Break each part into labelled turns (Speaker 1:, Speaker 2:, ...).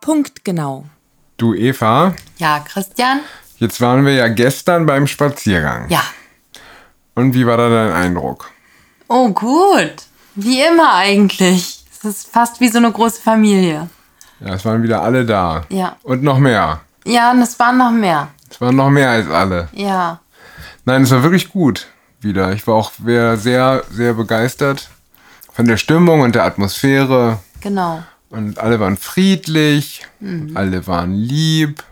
Speaker 1: Punktgenau.
Speaker 2: Du Eva,
Speaker 3: Ja, Christian?
Speaker 2: jetzt waren wir ja gestern beim Spaziergang.
Speaker 3: Ja.
Speaker 2: Und wie war da dein Eindruck?
Speaker 3: Oh, gut. Wie immer eigentlich. Es ist fast wie so eine große Familie.
Speaker 2: Ja, es waren wieder alle da.
Speaker 3: Ja.
Speaker 2: Und noch mehr.
Speaker 3: Ja, und es waren noch mehr.
Speaker 2: Es waren noch mehr als alle.
Speaker 3: Ja.
Speaker 2: Nein, es war wirklich gut wieder. Ich war auch wieder sehr, sehr begeistert von der Stimmung und der Atmosphäre.
Speaker 3: Genau.
Speaker 2: Und alle waren friedlich, alle waren lieb.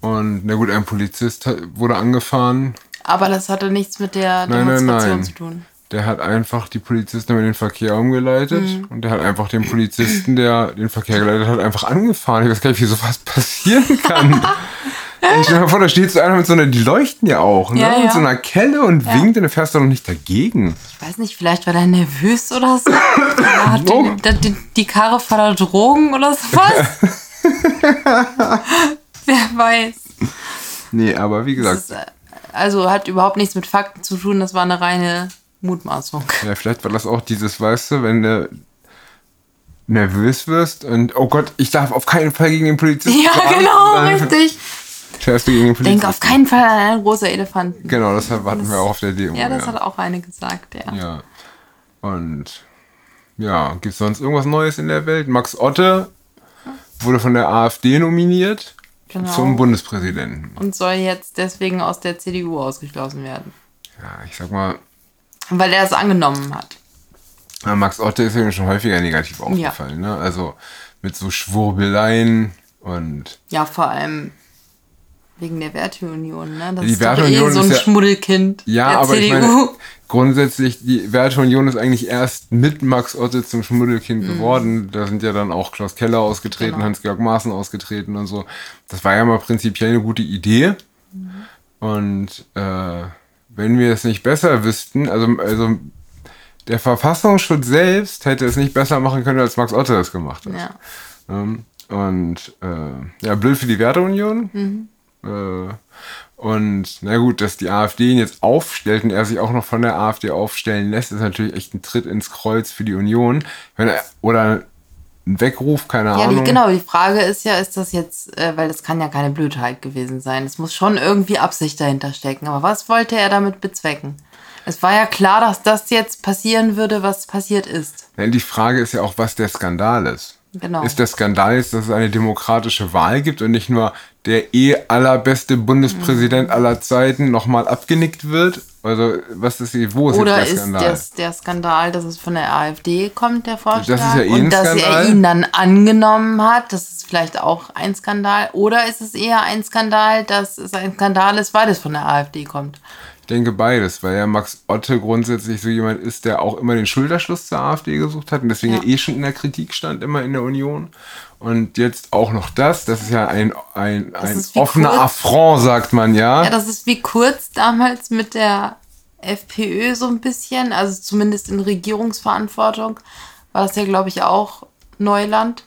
Speaker 2: Und na gut, ein Polizist wurde angefahren.
Speaker 3: Aber das hatte nichts mit der
Speaker 2: Nein, nein,
Speaker 3: Demonstration
Speaker 2: nein.
Speaker 3: zu tun.
Speaker 2: Der hat einfach die Polizisten haben den Verkehr umgeleitet
Speaker 3: Mhm.
Speaker 2: und der hat einfach den Polizisten, der den Verkehr geleitet hat, einfach angefahren. Ich weiß gar nicht, wie sowas passieren kann. und stell dir mal vor, da steht so einer mit so einer, die leuchten ja auch, ne?
Speaker 3: Ja, ja.
Speaker 2: Mit so einer Kelle und winkt und dann fährst du doch nicht dagegen.
Speaker 3: Ich weiß nicht, vielleicht war der nervös oder so. Oder hat
Speaker 2: Oh.
Speaker 3: die, die, die, die Karre voller Drogen oder sowas? Wer weiß.
Speaker 2: Nee, aber wie
Speaker 3: Das
Speaker 2: gesagt,
Speaker 3: ist, äh, also hat überhaupt nichts mit Fakten zu tun. Das war eine reine Mutmaßung.
Speaker 2: ja, vielleicht war das auch dieses, weißt du, wenn du nervös wirst und oh Gott, ich darf auf keinen Fall gegen den Polizisten.
Speaker 3: Ja,
Speaker 2: fahren. Und
Speaker 3: genau,
Speaker 2: dann
Speaker 3: richtig.
Speaker 2: Fährst du gegen den Polizisten.
Speaker 3: Denk auf keinen Fall an einen großen Elefanten.
Speaker 2: Genau, das hatten wir auch auf der Demo.
Speaker 3: Ja, das hat auch eine gesagt, ja.
Speaker 2: Ja. Und ja, gibt es sonst irgendwas Neues in der Welt? Max Otte wurde von der AfD nominiert
Speaker 3: Genau.
Speaker 2: zum Bundespräsidenten.
Speaker 3: Und soll jetzt deswegen aus der CDU ausgeschlossen werden.
Speaker 2: Ja, ich sag mal,
Speaker 3: Weil er es angenommen hat.
Speaker 2: Max Otte ist ja schon häufiger negativ aufgefallen. Ne? Also mit so Schwurbeleien und
Speaker 3: Ja, vor allem wegen der Werteunion, ne? Das
Speaker 2: Die
Speaker 3: ist doch eh
Speaker 2: Werteunion
Speaker 3: so ein
Speaker 2: ist ja-
Speaker 3: Schmuddelkind
Speaker 2: ja,
Speaker 3: der
Speaker 2: aber
Speaker 3: CDU.
Speaker 2: ich meine, grundsätzlich, die Werteunion ist eigentlich erst mit Max Otte zum Schmuddelkind geworden. Da sind ja dann auch Klaus Keller ausgetreten,
Speaker 3: Mhm. Genau.
Speaker 2: Hans-Georg Maaßen ausgetreten und so. Das war ja mal prinzipiell eine gute Idee.
Speaker 3: Mhm.
Speaker 2: Und äh, wenn wir es nicht besser wüssten, also, also der Verfassungsschutz selbst hätte es nicht besser machen können, als Max Otte es gemacht hat.
Speaker 3: ja.
Speaker 2: Ähm, und äh, ja, blöd für die Werteunion.
Speaker 3: Mhm.
Speaker 2: Äh, und na gut, dass die AfD ihn jetzt aufstellt und er sich auch noch von der AfD aufstellen lässt, ist natürlich echt ein Tritt ins Kreuz für die Union. Wenn er, oder ein Weckruf, keine
Speaker 3: ja die,
Speaker 2: Ahnung.
Speaker 3: genau. Die Frage ist ja, ist das jetzt, äh, weil das kann ja keine Blödheit gewesen sein. Es muss schon irgendwie Absicht dahinter stecken. Aber was wollte er damit bezwecken? Es war ja klar, dass das jetzt passieren würde, was passiert ist.
Speaker 2: Nein, die Frage ist ja auch, was der Skandal ist.
Speaker 3: Genau.
Speaker 2: Ist der Skandal jetzt, dass es eine demokratische Wahl gibt und nicht nur der eh allerbeste Bundespräsident
Speaker 3: Mhm.
Speaker 2: aller Zeiten nochmal abgenickt wird? Also, was ist, die- wo ist
Speaker 3: Oder
Speaker 2: jetzt der
Speaker 3: ist
Speaker 2: Skandal?
Speaker 3: der, der Skandal, dass es von der AfD kommt, der Vorschlag?
Speaker 2: Das ist ja eh ein
Speaker 3: und dass
Speaker 2: Skandal.
Speaker 3: er ihn dann angenommen hat, das ist vielleicht auch ein Skandal. Oder ist es eher ein Skandal, dass es ein Skandal ist, weil es von der AfD kommt?
Speaker 2: Ich denke beides, weil ja Max Otte grundsätzlich so jemand ist, der auch immer den Schulterschluss zur AfD gesucht hat und deswegen
Speaker 3: Ja.
Speaker 2: eh schon in der Kritik stand, immer in der Union. Und jetzt auch noch das, das ist ja ein, ein, ein
Speaker 3: ist wie
Speaker 2: offener
Speaker 3: kurz-
Speaker 2: Affront, sagt man ja.
Speaker 3: Ja, das ist wie kurz damals mit der FPÖ so ein bisschen, also zumindest in Regierungsverantwortung, war das ja, glaube ich, auch Neuland.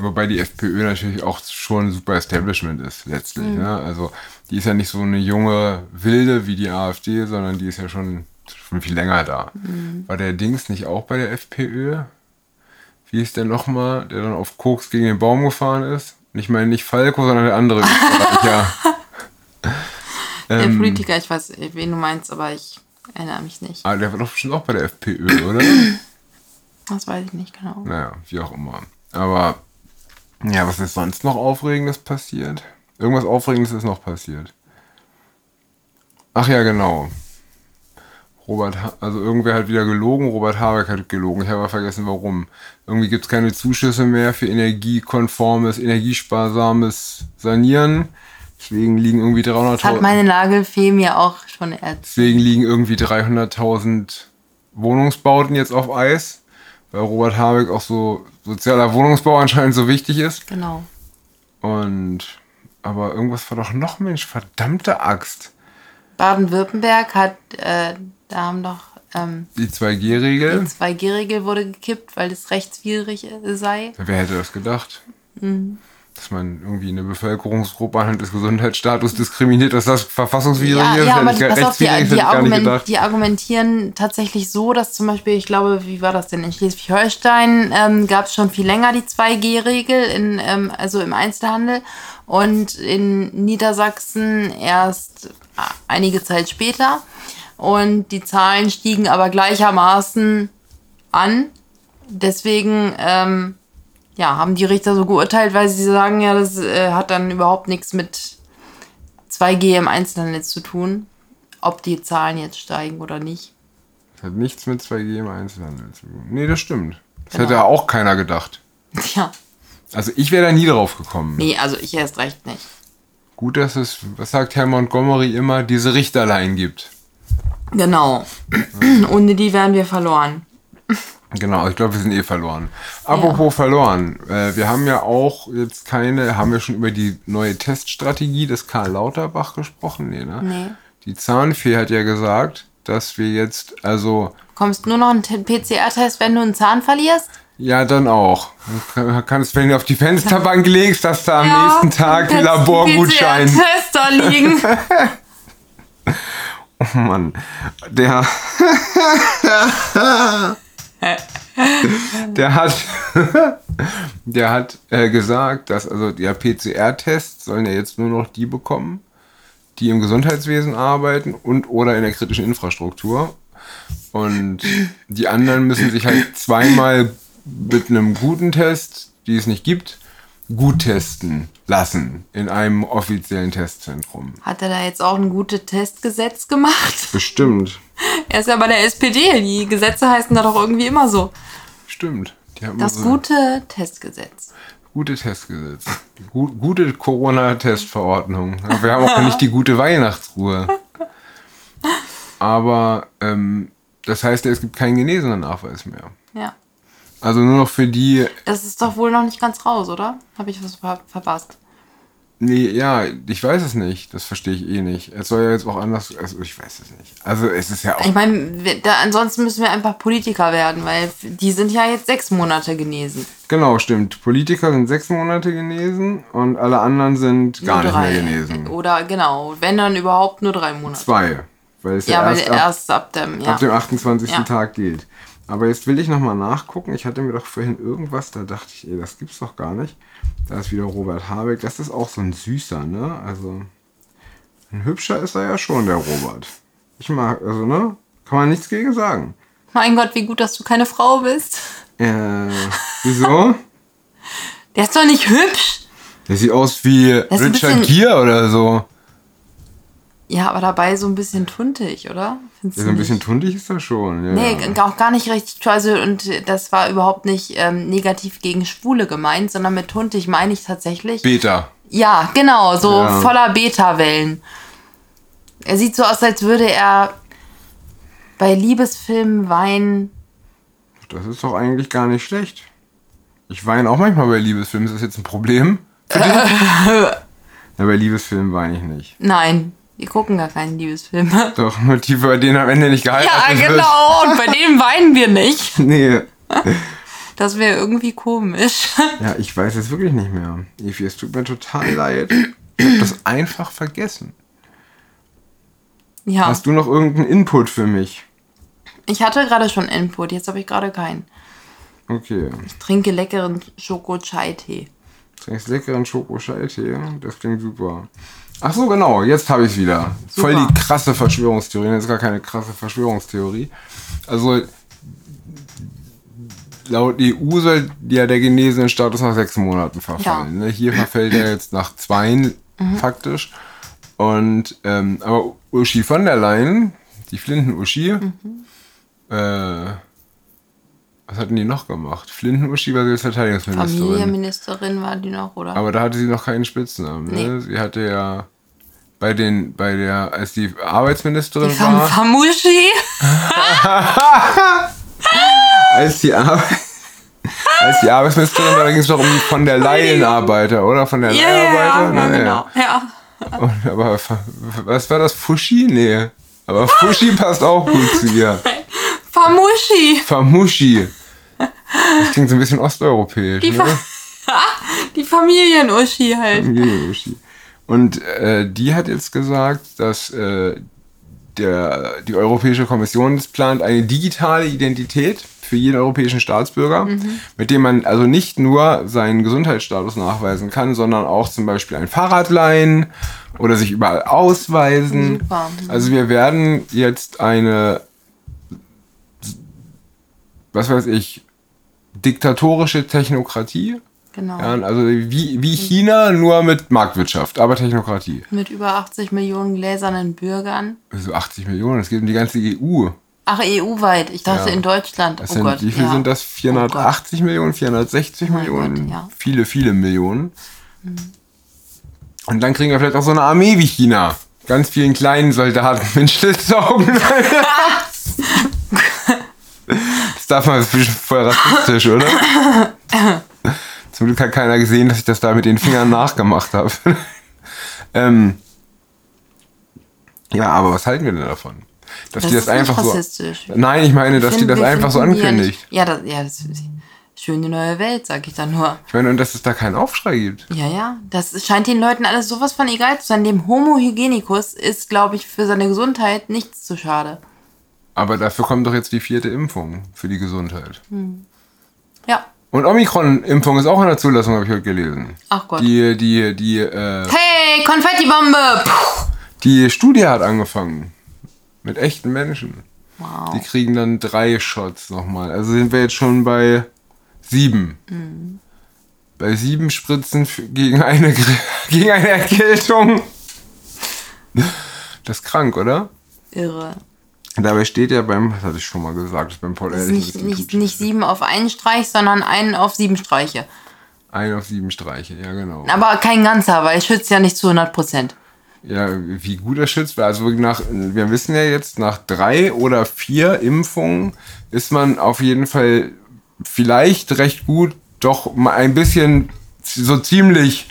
Speaker 2: Wobei die FPÖ natürlich auch schon super Establishment ist, letztlich. Ne? Also die ist ja nicht so eine junge Wilde wie die AfD, sondern die ist ja schon, schon viel länger da. War der Dings nicht auch bei der FPÖ? Wie ist der nochmal, der dann auf Koks gegen den Baum gefahren ist? Und Ich meine nicht Falco, sondern der andere. ja.
Speaker 3: Der
Speaker 2: ähm,
Speaker 3: Politiker, ich weiß, wen du meinst, aber ich erinnere mich nicht.
Speaker 2: aber ah, der war doch bestimmt auch bei der FPÖ, oder?
Speaker 3: Das weiß ich nicht genau.
Speaker 2: Naja, wie auch immer. Aber ja, was ist sonst noch Aufregendes passiert? Irgendwas Aufregendes ist noch passiert. Ach ja, genau. Robert, Ha- also irgendwer hat wieder gelogen, Robert Habeck hat gelogen. Ich habe aber vergessen, warum. Irgendwie gibt es keine Zuschüsse mehr für energiekonformes, energiesparsames Sanieren. Deswegen liegen irgendwie
Speaker 3: Das hat
Speaker 2: 300.000
Speaker 3: meine Nagelfee mir auch schon erzählt.
Speaker 2: deswegen liegen irgendwie 300.000 Wohnungsbauten jetzt auf Eis, weil Robert Habeck auch so sozialer Wohnungsbau anscheinend so wichtig ist.
Speaker 3: Genau.
Speaker 2: Und aber irgendwas war doch noch, Mensch, verdammte Axt.
Speaker 3: Baden-Württemberg hat, äh, da haben doch ähm,
Speaker 2: Die
Speaker 3: die
Speaker 2: 2G-Regel.
Speaker 3: 2G-Regel wurde gekippt, weil es rechtswidrig äh, sei. Mhm.
Speaker 2: Wer hätte das gedacht? dass man irgendwie eine Bevölkerungsgruppe anhand des Gesundheitsstatus diskriminiert, dass das verfassungswidrig
Speaker 3: Ja,
Speaker 2: ist.
Speaker 3: ja
Speaker 2: hätte
Speaker 3: aber
Speaker 2: ich
Speaker 3: die,
Speaker 2: gar-
Speaker 3: pass auf, die,
Speaker 2: rechtswidrig, hätte
Speaker 3: die,
Speaker 2: ich gar nicht gedacht.
Speaker 3: Argument, die argumentieren tatsächlich so, dass zum Beispiel, ich glaube, wie war das denn? In Schleswig-Holstein ähm, gab es schon viel länger die 2G-Regel, in, ähm, also im Einzelhandel. Und in Niedersachsen erst äh, einige Zeit später. Und die Zahlen stiegen aber gleichermaßen an. Deswegen ähm, ja, haben die Richter so geurteilt, weil sie sagen, ja, das äh, hat dann überhaupt nichts mit 2G im Einzelhandel zu tun, ob die Zahlen jetzt steigen oder nicht.
Speaker 2: Das hat nichts mit 2G im Einzelhandel zu tun. Nee, das stimmt. Das
Speaker 3: Genau.
Speaker 2: hätte ja auch keiner gedacht.
Speaker 3: Ja,
Speaker 2: Also ich wäre da nie drauf gekommen.
Speaker 3: nee, also ich erst recht nicht.
Speaker 2: Gut, dass es, was sagt Herr Montgomery immer, diese Richterlein gibt.
Speaker 3: Genau. Ohne die wären wir verloren.
Speaker 2: Genau, ich glaube, wir sind eh verloren. Apropos verloren, äh, wir haben ja auch jetzt keine, haben wir schon über die neue Teststrategie des Karl Lauterbach gesprochen? Nee, ne?
Speaker 3: Nee.
Speaker 2: Die Zahnfee hat ja gesagt, dass wir jetzt, also,
Speaker 3: Du Kommst nur noch einen T- PCR-Test, wenn du einen Zahn verlierst?
Speaker 2: ja, dann auch. Du kannst, wenn du auf die Fensterbank legst, dass da am
Speaker 3: Ja,
Speaker 2: nächsten Tag ein
Speaker 3: kannst einen
Speaker 2: Laborgutschein
Speaker 3: PCR-Test da liegen.
Speaker 2: Mann, der. der hat. der hat äh, gesagt, dass also der PCR-Test sollen ja jetzt nur noch die bekommen, die im Gesundheitswesen arbeiten und oder in der kritischen Infrastruktur. Und die anderen müssen sich halt zweimal mit einem guten Test, die es nicht gibt, gut testen lassen in einem offiziellen Testzentrum.
Speaker 3: Hat er da jetzt auch ein gutes Testgesetz gemacht?
Speaker 2: Bestimmt.
Speaker 3: Er ist ja bei der SPD. Die Gesetze heißen da doch irgendwie immer so.
Speaker 2: Stimmt. Die haben
Speaker 3: Das
Speaker 2: so-
Speaker 3: gute Testgesetz.
Speaker 2: Gute Testgesetz. Gu- Gute Corona-Testverordnung. Also Wir haben auch nicht die gute Weihnachtsruhe. Aber ähm, das heißt, ja, es gibt keinen genesenen Nachweis mehr.
Speaker 3: Ja.
Speaker 2: Also nur noch für die,
Speaker 3: Das ist doch wohl noch nicht ganz raus, oder? Habe ich was ver verpasst?
Speaker 2: nee, ja, ich weiß es nicht. Das verstehe ich eh nicht. Es soll ja jetzt auch anders, also ich weiß es nicht. Also es ist ja auch,
Speaker 3: Ich meine, wir- da, ansonsten müssen wir einfach Politiker werden, weil die sind ja jetzt sechs Monate genesen.
Speaker 2: genau, stimmt. Politiker sind sechs Monate genesen und alle anderen sind gar
Speaker 3: Nur
Speaker 2: nicht mehr
Speaker 3: drei.
Speaker 2: genesen.
Speaker 3: Oder genau, wenn dann überhaupt nur drei Monate.
Speaker 2: Zwei. Weil es
Speaker 3: ja,
Speaker 2: ja,
Speaker 3: weil
Speaker 2: erst ab
Speaker 3: erst ab dem, ja.
Speaker 2: ab dem 28.
Speaker 3: Ja.
Speaker 2: Tag gilt. Aber jetzt will ich nochmal nachgucken. Ich hatte mir doch vorhin irgendwas, da dachte ich, ey, das gibt's doch gar nicht. Da ist wieder Robert Habeck. Das ist auch so ein süßer, ne? Also, ein hübscher ist er ja schon, der Robert. Ich mag, also, ne? Kann man nichts gegen sagen.
Speaker 3: mein Gott, wie gut, dass du keine Frau bist.
Speaker 2: Äh, wieso?
Speaker 3: Der ist doch nicht hübsch.
Speaker 2: Der sieht aus wie
Speaker 3: ist ein
Speaker 2: Richard
Speaker 3: bisschen-
Speaker 2: Gere oder so.
Speaker 3: Ja, aber dabei so ein bisschen tuntig, oder? Findest
Speaker 2: Ja,
Speaker 3: du
Speaker 2: so ein bisschen
Speaker 3: nicht?
Speaker 2: tuntig ist er schon. Ja.
Speaker 3: Nee, g- auch gar nicht richtig. Also, und das war überhaupt nicht ähm, negativ gegen Schwule gemeint, sondern mit tuntig meine ich tatsächlich.
Speaker 2: Beta.
Speaker 3: Ja, genau, so
Speaker 2: Ja.
Speaker 3: voller Beta-Wellen. Er sieht so aus, als würde er bei Liebesfilmen weinen.
Speaker 2: Das ist doch eigentlich gar nicht schlecht. Ich weine auch manchmal bei Liebesfilmen. Ist das jetzt ein Problem? Für dich? Na, bei Liebesfilmen weine ich nicht.
Speaker 3: Nein, wir gucken gar keinen Liebesfilm. Ja,
Speaker 2: Doch, nur die, bei denen am Ende nicht geheiratet
Speaker 3: genau, und bei dem weinen wir nicht.
Speaker 2: wird. Nee.
Speaker 3: Das wäre irgendwie komisch.
Speaker 2: Ja, ich weiß es wirklich nicht mehr. Evi, es tut mir total leid. Ich hab das einfach vergessen.
Speaker 3: Ja,
Speaker 2: Hast du noch irgendeinen Input für mich?
Speaker 3: ich hatte gerade schon Input, jetzt habe ich gerade keinen.
Speaker 2: Okay.
Speaker 3: Ich trinke leckeren Schoko-Chai-Tee.
Speaker 2: Trinkst leckeren Schoko-Scheitee. Das klingt super. Ach so, genau. Jetzt habe ich es wieder.
Speaker 3: Super.
Speaker 2: Voll die krasse Verschwörungstheorie. Das ist gar keine krasse Verschwörungstheorie. Also, laut EU soll ja der genesene Status nach sechs Monaten verfallen. ne? Hier verfällt er jetzt nach zweien
Speaker 3: Mhm.
Speaker 2: faktisch. Und, ähm, aber Uschi von der Leyen, die Flinten-Uschi,
Speaker 3: Mhm.
Speaker 2: äh, was hatten die noch gemacht? Flinten-Uschi war jetzt Verteidigungsministerin.
Speaker 3: Familienministerin war die noch, oder?
Speaker 2: Aber da hatte sie noch keinen Spitznamen. Ne?
Speaker 3: Nee.
Speaker 2: Sie hatte ja bei den, bei der, als die Arbeitsministerin
Speaker 3: Fam
Speaker 2: war,
Speaker 3: Famushi?
Speaker 2: als die, Ar als die Arbeitsministerin war, da ging es doch um die von der Laienarbeiter, oder? Von der
Speaker 3: Ja, ja,
Speaker 2: Laienarbeiter?
Speaker 3: ja,
Speaker 2: Na,
Speaker 3: genau. Ja.
Speaker 2: Und, aber fa- was war das? Fushi? Nee. Aber Fushi passt auch gut zu ihr.
Speaker 3: Famushi!
Speaker 2: Famushi. Das klingt so ein bisschen osteuropäisch,
Speaker 3: Die,
Speaker 2: ne?
Speaker 3: Fa Die Familien-Uschi halt.
Speaker 2: Familienuschi. Und äh, die hat jetzt gesagt, dass äh, der, die Europäische Kommission es plant eine digitale Identität für jeden europäischen Staatsbürger, mit dem man also nicht nur seinen Gesundheitsstatus nachweisen kann, sondern auch zum Beispiel ein Fahrrad leihen oder sich überall ausweisen.
Speaker 3: Super.
Speaker 2: Also wir werden jetzt eine, was weiß ich, diktatorische Technokratie.
Speaker 3: Genau.
Speaker 2: Ja, also wie, wie China, nur mit Marktwirtschaft, aber Technokratie. Also
Speaker 3: Mit über 80 Millionen gläsernen Bürgern.
Speaker 2: So 80 Millionen, es geht um die ganze EU.
Speaker 3: Ach, EU-weit. Ich dachte
Speaker 2: Ja.
Speaker 3: in Deutschland.
Speaker 2: Das
Speaker 3: oh
Speaker 2: sind,
Speaker 3: Gott.
Speaker 2: wie viel
Speaker 3: ja.
Speaker 2: sind das? 480 Millionen, 460
Speaker 3: Mein
Speaker 2: Millionen?
Speaker 3: Gott, ja. Hm.
Speaker 2: Viele, viele Millionen. Und dann kriegen wir vielleicht auch so eine Armee wie China. Ganz vielen kleinen Soldaten mit Schlitzaugen. das darf man, das ist bestimmt voll rassistisch, oder? Zum Glück hat keiner gesehen, dass ich das da mit den Fingern nachgemacht habe. ähm, ja, aber was halten wir denn davon? Dass
Speaker 3: Das
Speaker 2: die das
Speaker 3: ist nicht
Speaker 2: einfach so.
Speaker 3: rassistisch.
Speaker 2: Nein, ich meine, dass die
Speaker 3: Finden
Speaker 2: das
Speaker 3: wir-
Speaker 2: einfach so
Speaker 3: finden wir
Speaker 2: ankündigt.
Speaker 3: nicht. Ja, das, ja, das ist schöne neue Welt, sag ich dann nur.
Speaker 2: Ich meine, und dass es da keinen Aufschrei gibt.
Speaker 3: Ja, ja. Das scheint den Leuten alles sowas von egal zu sein. Dem Homo hygienicus ist, glaube ich, für seine Gesundheit nichts zu schade.
Speaker 2: Aber dafür kommt doch jetzt die vierte Impfung für die Gesundheit.
Speaker 3: Hm. Ja.
Speaker 2: Und Omikron-Impfung ist auch in der Zulassung, habe ich heute gelesen.
Speaker 3: Ach Gott.
Speaker 2: Die, die, die, äh,
Speaker 3: Hey, Konfettibombe! Puh.
Speaker 2: die Studie hat angefangen. Mit echten Menschen.
Speaker 3: Wow.
Speaker 2: Die kriegen dann drei Shots nochmal. Also sind wir jetzt schon bei sieben.
Speaker 3: Hm.
Speaker 2: Bei sieben Spritzen für, gegen, eine, Gri- gegen eine Erkältung. Das ist krank, oder?
Speaker 3: Irre.
Speaker 2: Dabei steht ja beim, das hatte ich schon mal gesagt, beim Paul
Speaker 3: Das ist
Speaker 2: Ehrlich
Speaker 3: nicht, nicht, nicht sieben auf einen Streich, sondern einen auf sieben Streiche.
Speaker 2: Ein auf sieben Streiche, ja genau.
Speaker 3: Aber kein ganzer, weil es schützt ja nicht zu 100 Prozent.
Speaker 2: Ja, wie gut er schützt. weil Also wirklich nach, wir wissen ja jetzt, nach drei oder vier Impfungen ist man auf jeden Fall vielleicht recht gut, doch mal ein bisschen so ziemlich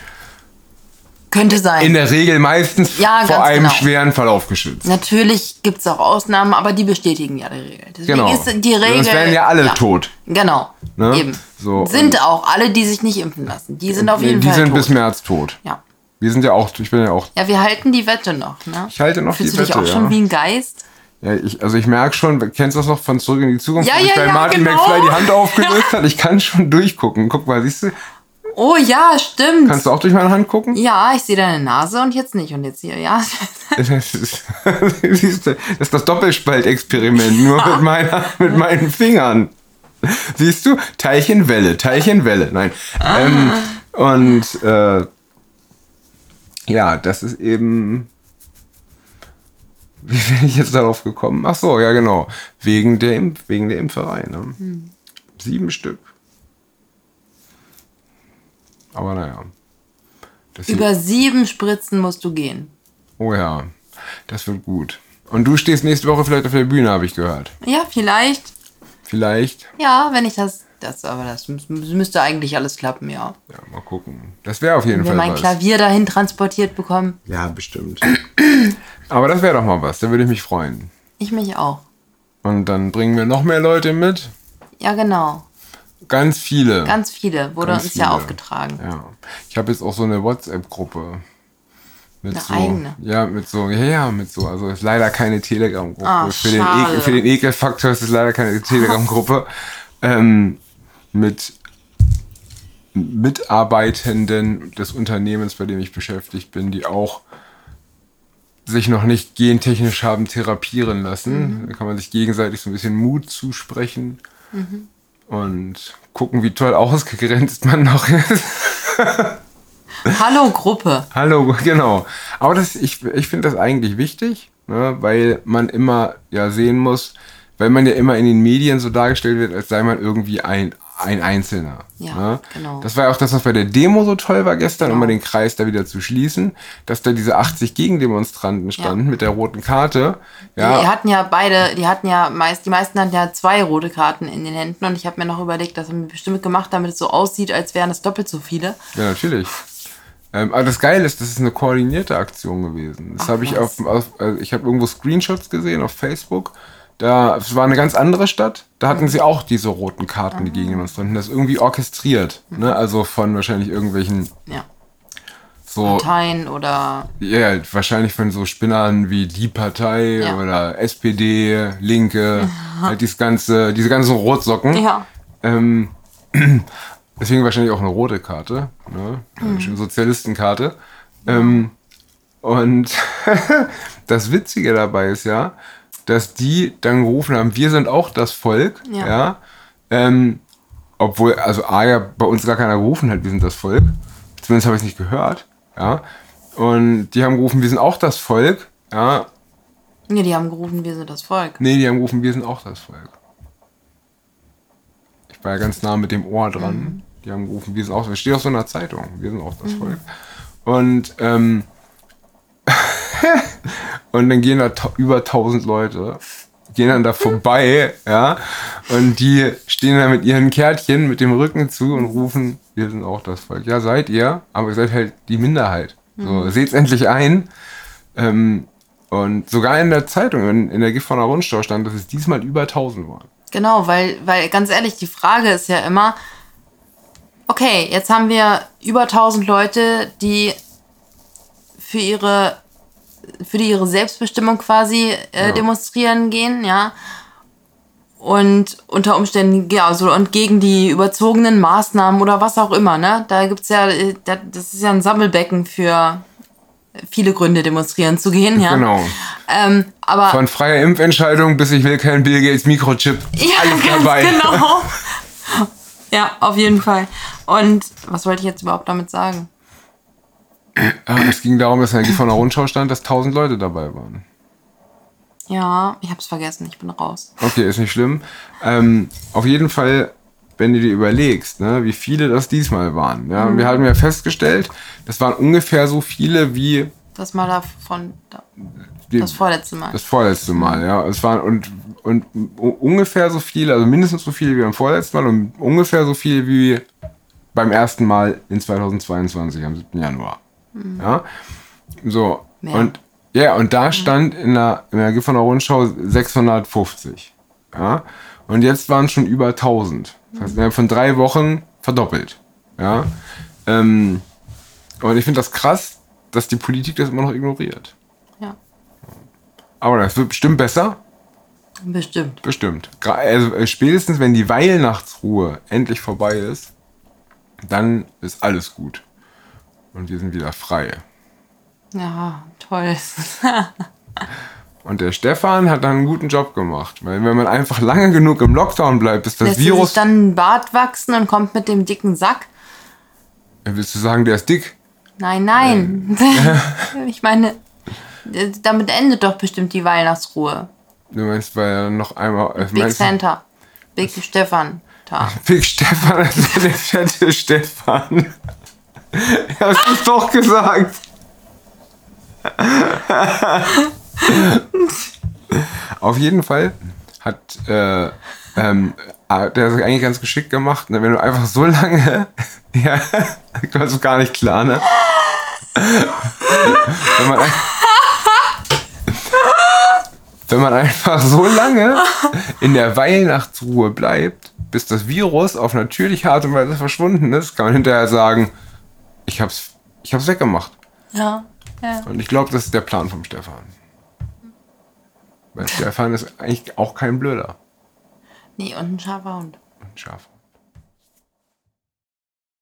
Speaker 3: Könnte sein.
Speaker 2: in der Regel meistens
Speaker 3: Ja,
Speaker 2: vor
Speaker 3: ganz
Speaker 2: einem
Speaker 3: genau.
Speaker 2: schweren Verlauf geschützt.
Speaker 3: Natürlich gibt es auch Ausnahmen, aber die bestätigen ja die Regel. Deswegen
Speaker 2: Genau.
Speaker 3: ist die Regel.
Speaker 2: Sonst wären ja alle tot.
Speaker 3: Genau.
Speaker 2: Ne?
Speaker 3: Eben.
Speaker 2: So, und-
Speaker 3: sind auch alle, die sich nicht impfen lassen. Die sind auf jeden
Speaker 2: die
Speaker 3: Fall
Speaker 2: sind
Speaker 3: tot.
Speaker 2: bis März tot.
Speaker 3: ja.
Speaker 2: Wir sind ja auch, ich bin ja auch,
Speaker 3: ja, wir halten die Wette noch. Ne?
Speaker 2: ich halte noch
Speaker 3: Fühlst
Speaker 2: die
Speaker 3: du dich
Speaker 2: Wette,
Speaker 3: auch schon
Speaker 2: ja.
Speaker 3: wie ein Geist?
Speaker 2: Ja, ich, also ich merke schon, kennst du das noch von Zurück in die Zukunft,
Speaker 3: Ja,
Speaker 2: wo sich
Speaker 3: ja,
Speaker 2: bei
Speaker 3: ja,
Speaker 2: Martin
Speaker 3: genau.
Speaker 2: McFly die Hand aufgelöst hat? Ich kann schon durchgucken. Guck mal, siehst du,
Speaker 3: Oh ja, stimmt.
Speaker 2: kannst du auch durch meine Hand gucken?
Speaker 3: ja, ich sehe deine Nase und jetzt nicht und jetzt hier, ja.
Speaker 2: Das ist, siehst du, das ist das Doppelspaltexperiment, nur mit, meiner, mit meinen Fingern. Siehst du, Teilchen, Welle, Teilchen, Welle. Nein. Ähm, und äh, ja, das ist eben. Wie bin ich jetzt darauf gekommen? Ach so, ja genau. Wegen der, Imp wegen der Impferei. Ne? Sieben Stück. Aber naja. Das
Speaker 3: Über sieben Spritzen musst du gehen.
Speaker 2: Oh ja, das wird gut. Und du stehst nächste Woche vielleicht auf der Bühne, habe ich gehört.
Speaker 3: Ja, vielleicht.
Speaker 2: Vielleicht.
Speaker 3: Ja, wenn ich das. Das, aber das müß- müsste eigentlich alles klappen, ja.
Speaker 2: Ja, mal gucken. Das wäre auf jeden
Speaker 3: Wenn wir
Speaker 2: Fall
Speaker 3: mein
Speaker 2: was.
Speaker 3: Klavier dahin transportiert bekommen.
Speaker 2: ja, bestimmt. Aber das wäre doch mal was. Da würde ich mich freuen.
Speaker 3: Ich mich auch.
Speaker 2: Und dann bringen wir noch mehr Leute mit.
Speaker 3: Ja, genau.
Speaker 2: Ganz viele.
Speaker 3: Ganz viele wurde
Speaker 2: Ganz
Speaker 3: uns ja
Speaker 2: viele.
Speaker 3: aufgetragen.
Speaker 2: ja. Ich habe jetzt auch so eine WhatsApp-Gruppe. Mit
Speaker 3: Eine
Speaker 2: so,
Speaker 3: eigene?
Speaker 2: Ja, mit so, ja, ja, mit so. Also ist leider keine Telegram-Gruppe.
Speaker 3: Ah,
Speaker 2: für, den
Speaker 3: schade.
Speaker 2: Ekel, für den Ekelfaktor ist es leider keine Telegram-Gruppe. ähm, mit Mitarbeitenden des Unternehmens, bei dem ich beschäftigt bin, die auch sich noch nicht gentechnisch haben therapieren lassen.
Speaker 3: Mhm.
Speaker 2: Da kann man sich gegenseitig so ein bisschen Mut zusprechen
Speaker 3: Mhm.
Speaker 2: und gucken, wie toll ausgegrenzt man noch ist.
Speaker 3: Hallo Gruppe.
Speaker 2: Hallo, genau. Aber das, ich, ich finde das eigentlich wichtig, ne, weil man immer ja sehen muss, weil man ja immer in den Medien so dargestellt wird, als sei man irgendwie ein, ein Einzelner.
Speaker 3: Ja,
Speaker 2: ne?
Speaker 3: genau.
Speaker 2: Das war ja auch das, was bei der Demo so toll war gestern, um mal den Kreis da wieder zu schließen, dass da diese 80 Gegendemonstranten standen mit der roten Karte. Ja,
Speaker 3: Die hatten ja beide, die hatten ja meist, die meisten hatten ja zwei rote Karten in den Händen und ich habe mir noch überlegt, das haben wir bestimmt gemacht, damit es so aussieht, als wären es doppelt so viele.
Speaker 2: Ja, natürlich. Ähm, aber das Geile ist, das ist eine koordinierte Aktion gewesen. Das
Speaker 3: Ach,
Speaker 2: habe ich
Speaker 3: was.
Speaker 2: auf, auf also ich habe irgendwo Screenshots gesehen auf Facebook, Da es war eine ganz andere Stadt. Da hatten sie auch diese roten Karten, die gegen Demonstranten. Das ist irgendwie orchestriert.
Speaker 3: Mhm.
Speaker 2: Ne? Also von wahrscheinlich irgendwelchen
Speaker 3: Ja.
Speaker 2: so.
Speaker 3: Parteien oder
Speaker 2: Ja, wahrscheinlich von so Spinnern wie Die Partei
Speaker 3: Ja.
Speaker 2: oder SPD, Linke, halt dieses ganze, diese ganzen Rotsocken.
Speaker 3: Ja.
Speaker 2: Ähm, deswegen wahrscheinlich auch eine rote Karte, ne? Eine Sozialistenkarte. Ähm, und das Witzige dabei ist ja, dass die dann gerufen haben, wir sind auch das Volk, ja.
Speaker 3: Ja.
Speaker 2: Ähm, obwohl, also A ja bei uns gar keiner gerufen hat, wir sind das Volk. Zumindest habe ich es nicht gehört, ja. Und die haben gerufen, wir sind auch das Volk, ja.
Speaker 3: Nee, die haben gerufen, wir sind das Volk.
Speaker 2: Nee, die haben gerufen, wir sind auch das Volk. Ich war ja ganz nah mit dem Ohr dran. Die haben gerufen, wir sind auch das Volk. Steht auf so einer Zeitung, wir sind auch das Volk. Und, ähm, und dann gehen da ta- über 1000 Leute, gehen dann da vorbei, ja, und die stehen da mit ihren Kärtchen mit dem Rücken zu und rufen, wir sind auch das Volk. Ja, seid ihr, aber ihr seid halt die Minderheit. So, seht's endlich ein. Ähm, und sogar in der Zeitung, in, in der Gift von der Rundschau stand, dass es diesmal über 1000 waren.
Speaker 3: Genau, weil, weil ganz ehrlich, die Frage ist ja immer, okay, jetzt haben wir über 1000 Leute, die für ihre, für die ihre Selbstbestimmung quasi äh,
Speaker 2: Ja.
Speaker 3: demonstrieren gehen, ja. Und unter Umständen, ja, so und gegen die überzogenen Maßnahmen oder was auch immer, ne? Da gibt's ja, äh, da- das ist ja ein Sammelbecken für viele Gründe, demonstrieren zu gehen, ja.
Speaker 2: Genau.
Speaker 3: Ähm, aber
Speaker 2: Von freier Impfentscheidung bis ich will kein Bill Gates Mikrochip.
Speaker 3: ja,
Speaker 2: alles
Speaker 3: ganz
Speaker 2: dabei.
Speaker 3: genau. Ja, auf jeden Fall. Und was wollte ich jetzt überhaupt damit sagen?
Speaker 2: Ah, Es ging darum, dass in der Gift von der Rundschau stand, dass 1000 Leute dabei waren.
Speaker 3: Ja, ich hab's vergessen, ich bin raus.
Speaker 2: Okay, ist nicht schlimm. Ähm, auf jeden Fall, wenn du dir überlegst, ne, wie viele das diesmal waren. Ja, Wir haben ja festgestellt, das waren ungefähr so viele wie
Speaker 3: Das mal davon, da-
Speaker 2: die,
Speaker 3: das vorletzte Mal.
Speaker 2: Das vorletzte Mal, ja. Es waren und, und u- ungefähr so viele, also mindestens so viele wie beim vorletzten Mal und ungefähr so viele wie beim ersten Mal in 2022, am 7. Januar. Ja. So.
Speaker 3: Mehr.
Speaker 2: Und ja, und da stand in der, in der Gifhorner Rundschau 650. Ja. Und jetzt waren es schon über 1000. Das heißt, innerhalb von drei Wochen verdoppelt. Ja. Ähm, und ich finde das krass, dass die Politik das immer noch ignoriert.
Speaker 3: Ja,
Speaker 2: Aber das wird bestimmt besser.
Speaker 3: bestimmt.
Speaker 2: Bestimmt. Gra- Also äh, spätestens, wenn die Weihnachtsruhe endlich vorbei ist, dann ist alles gut. Und wir sind wieder frei.
Speaker 3: Ja, toll.
Speaker 2: Und der Stefan hat dann einen guten Job gemacht. Weil wenn man einfach lange genug im Lockdown bleibt, bis das
Speaker 3: Lässt sie sich
Speaker 2: Virus...
Speaker 3: dann einen Bart wachsen und kommt mit dem dicken Sack?
Speaker 2: Äh, Willst du sagen, der ist dick?
Speaker 3: Nein, nein. ich meine, damit endet doch bestimmt die Weihnachtsruhe.
Speaker 2: Du meinst, weil er noch einmal... Äh,
Speaker 3: Big
Speaker 2: meinst,
Speaker 3: Santa. Big Stefan. Da.
Speaker 2: Big Stefan, also der fette Stefan. Hast du es doch gesagt. Auf jeden Fall hat äh, ähm, ah, der hat das eigentlich ganz geschickt gemacht. Ne? Wenn du einfach so lange, ja, kommst du gar nicht klar, ne? Wenn man, ein- wenn man einfach so lange in der Weihnachtsruhe bleibt, bis das Virus auf natürliche Art und Weise verschwunden ist, kann man hinterher sagen, ich hab's, ich hab's weggemacht.
Speaker 3: Ja. ja.
Speaker 2: Und ich glaube, das ist der Plan vom Stefan. Weil Stefan ist eigentlich auch kein Blöder.
Speaker 3: Nee, und ein scharfer Hund.
Speaker 2: Ein Schaf.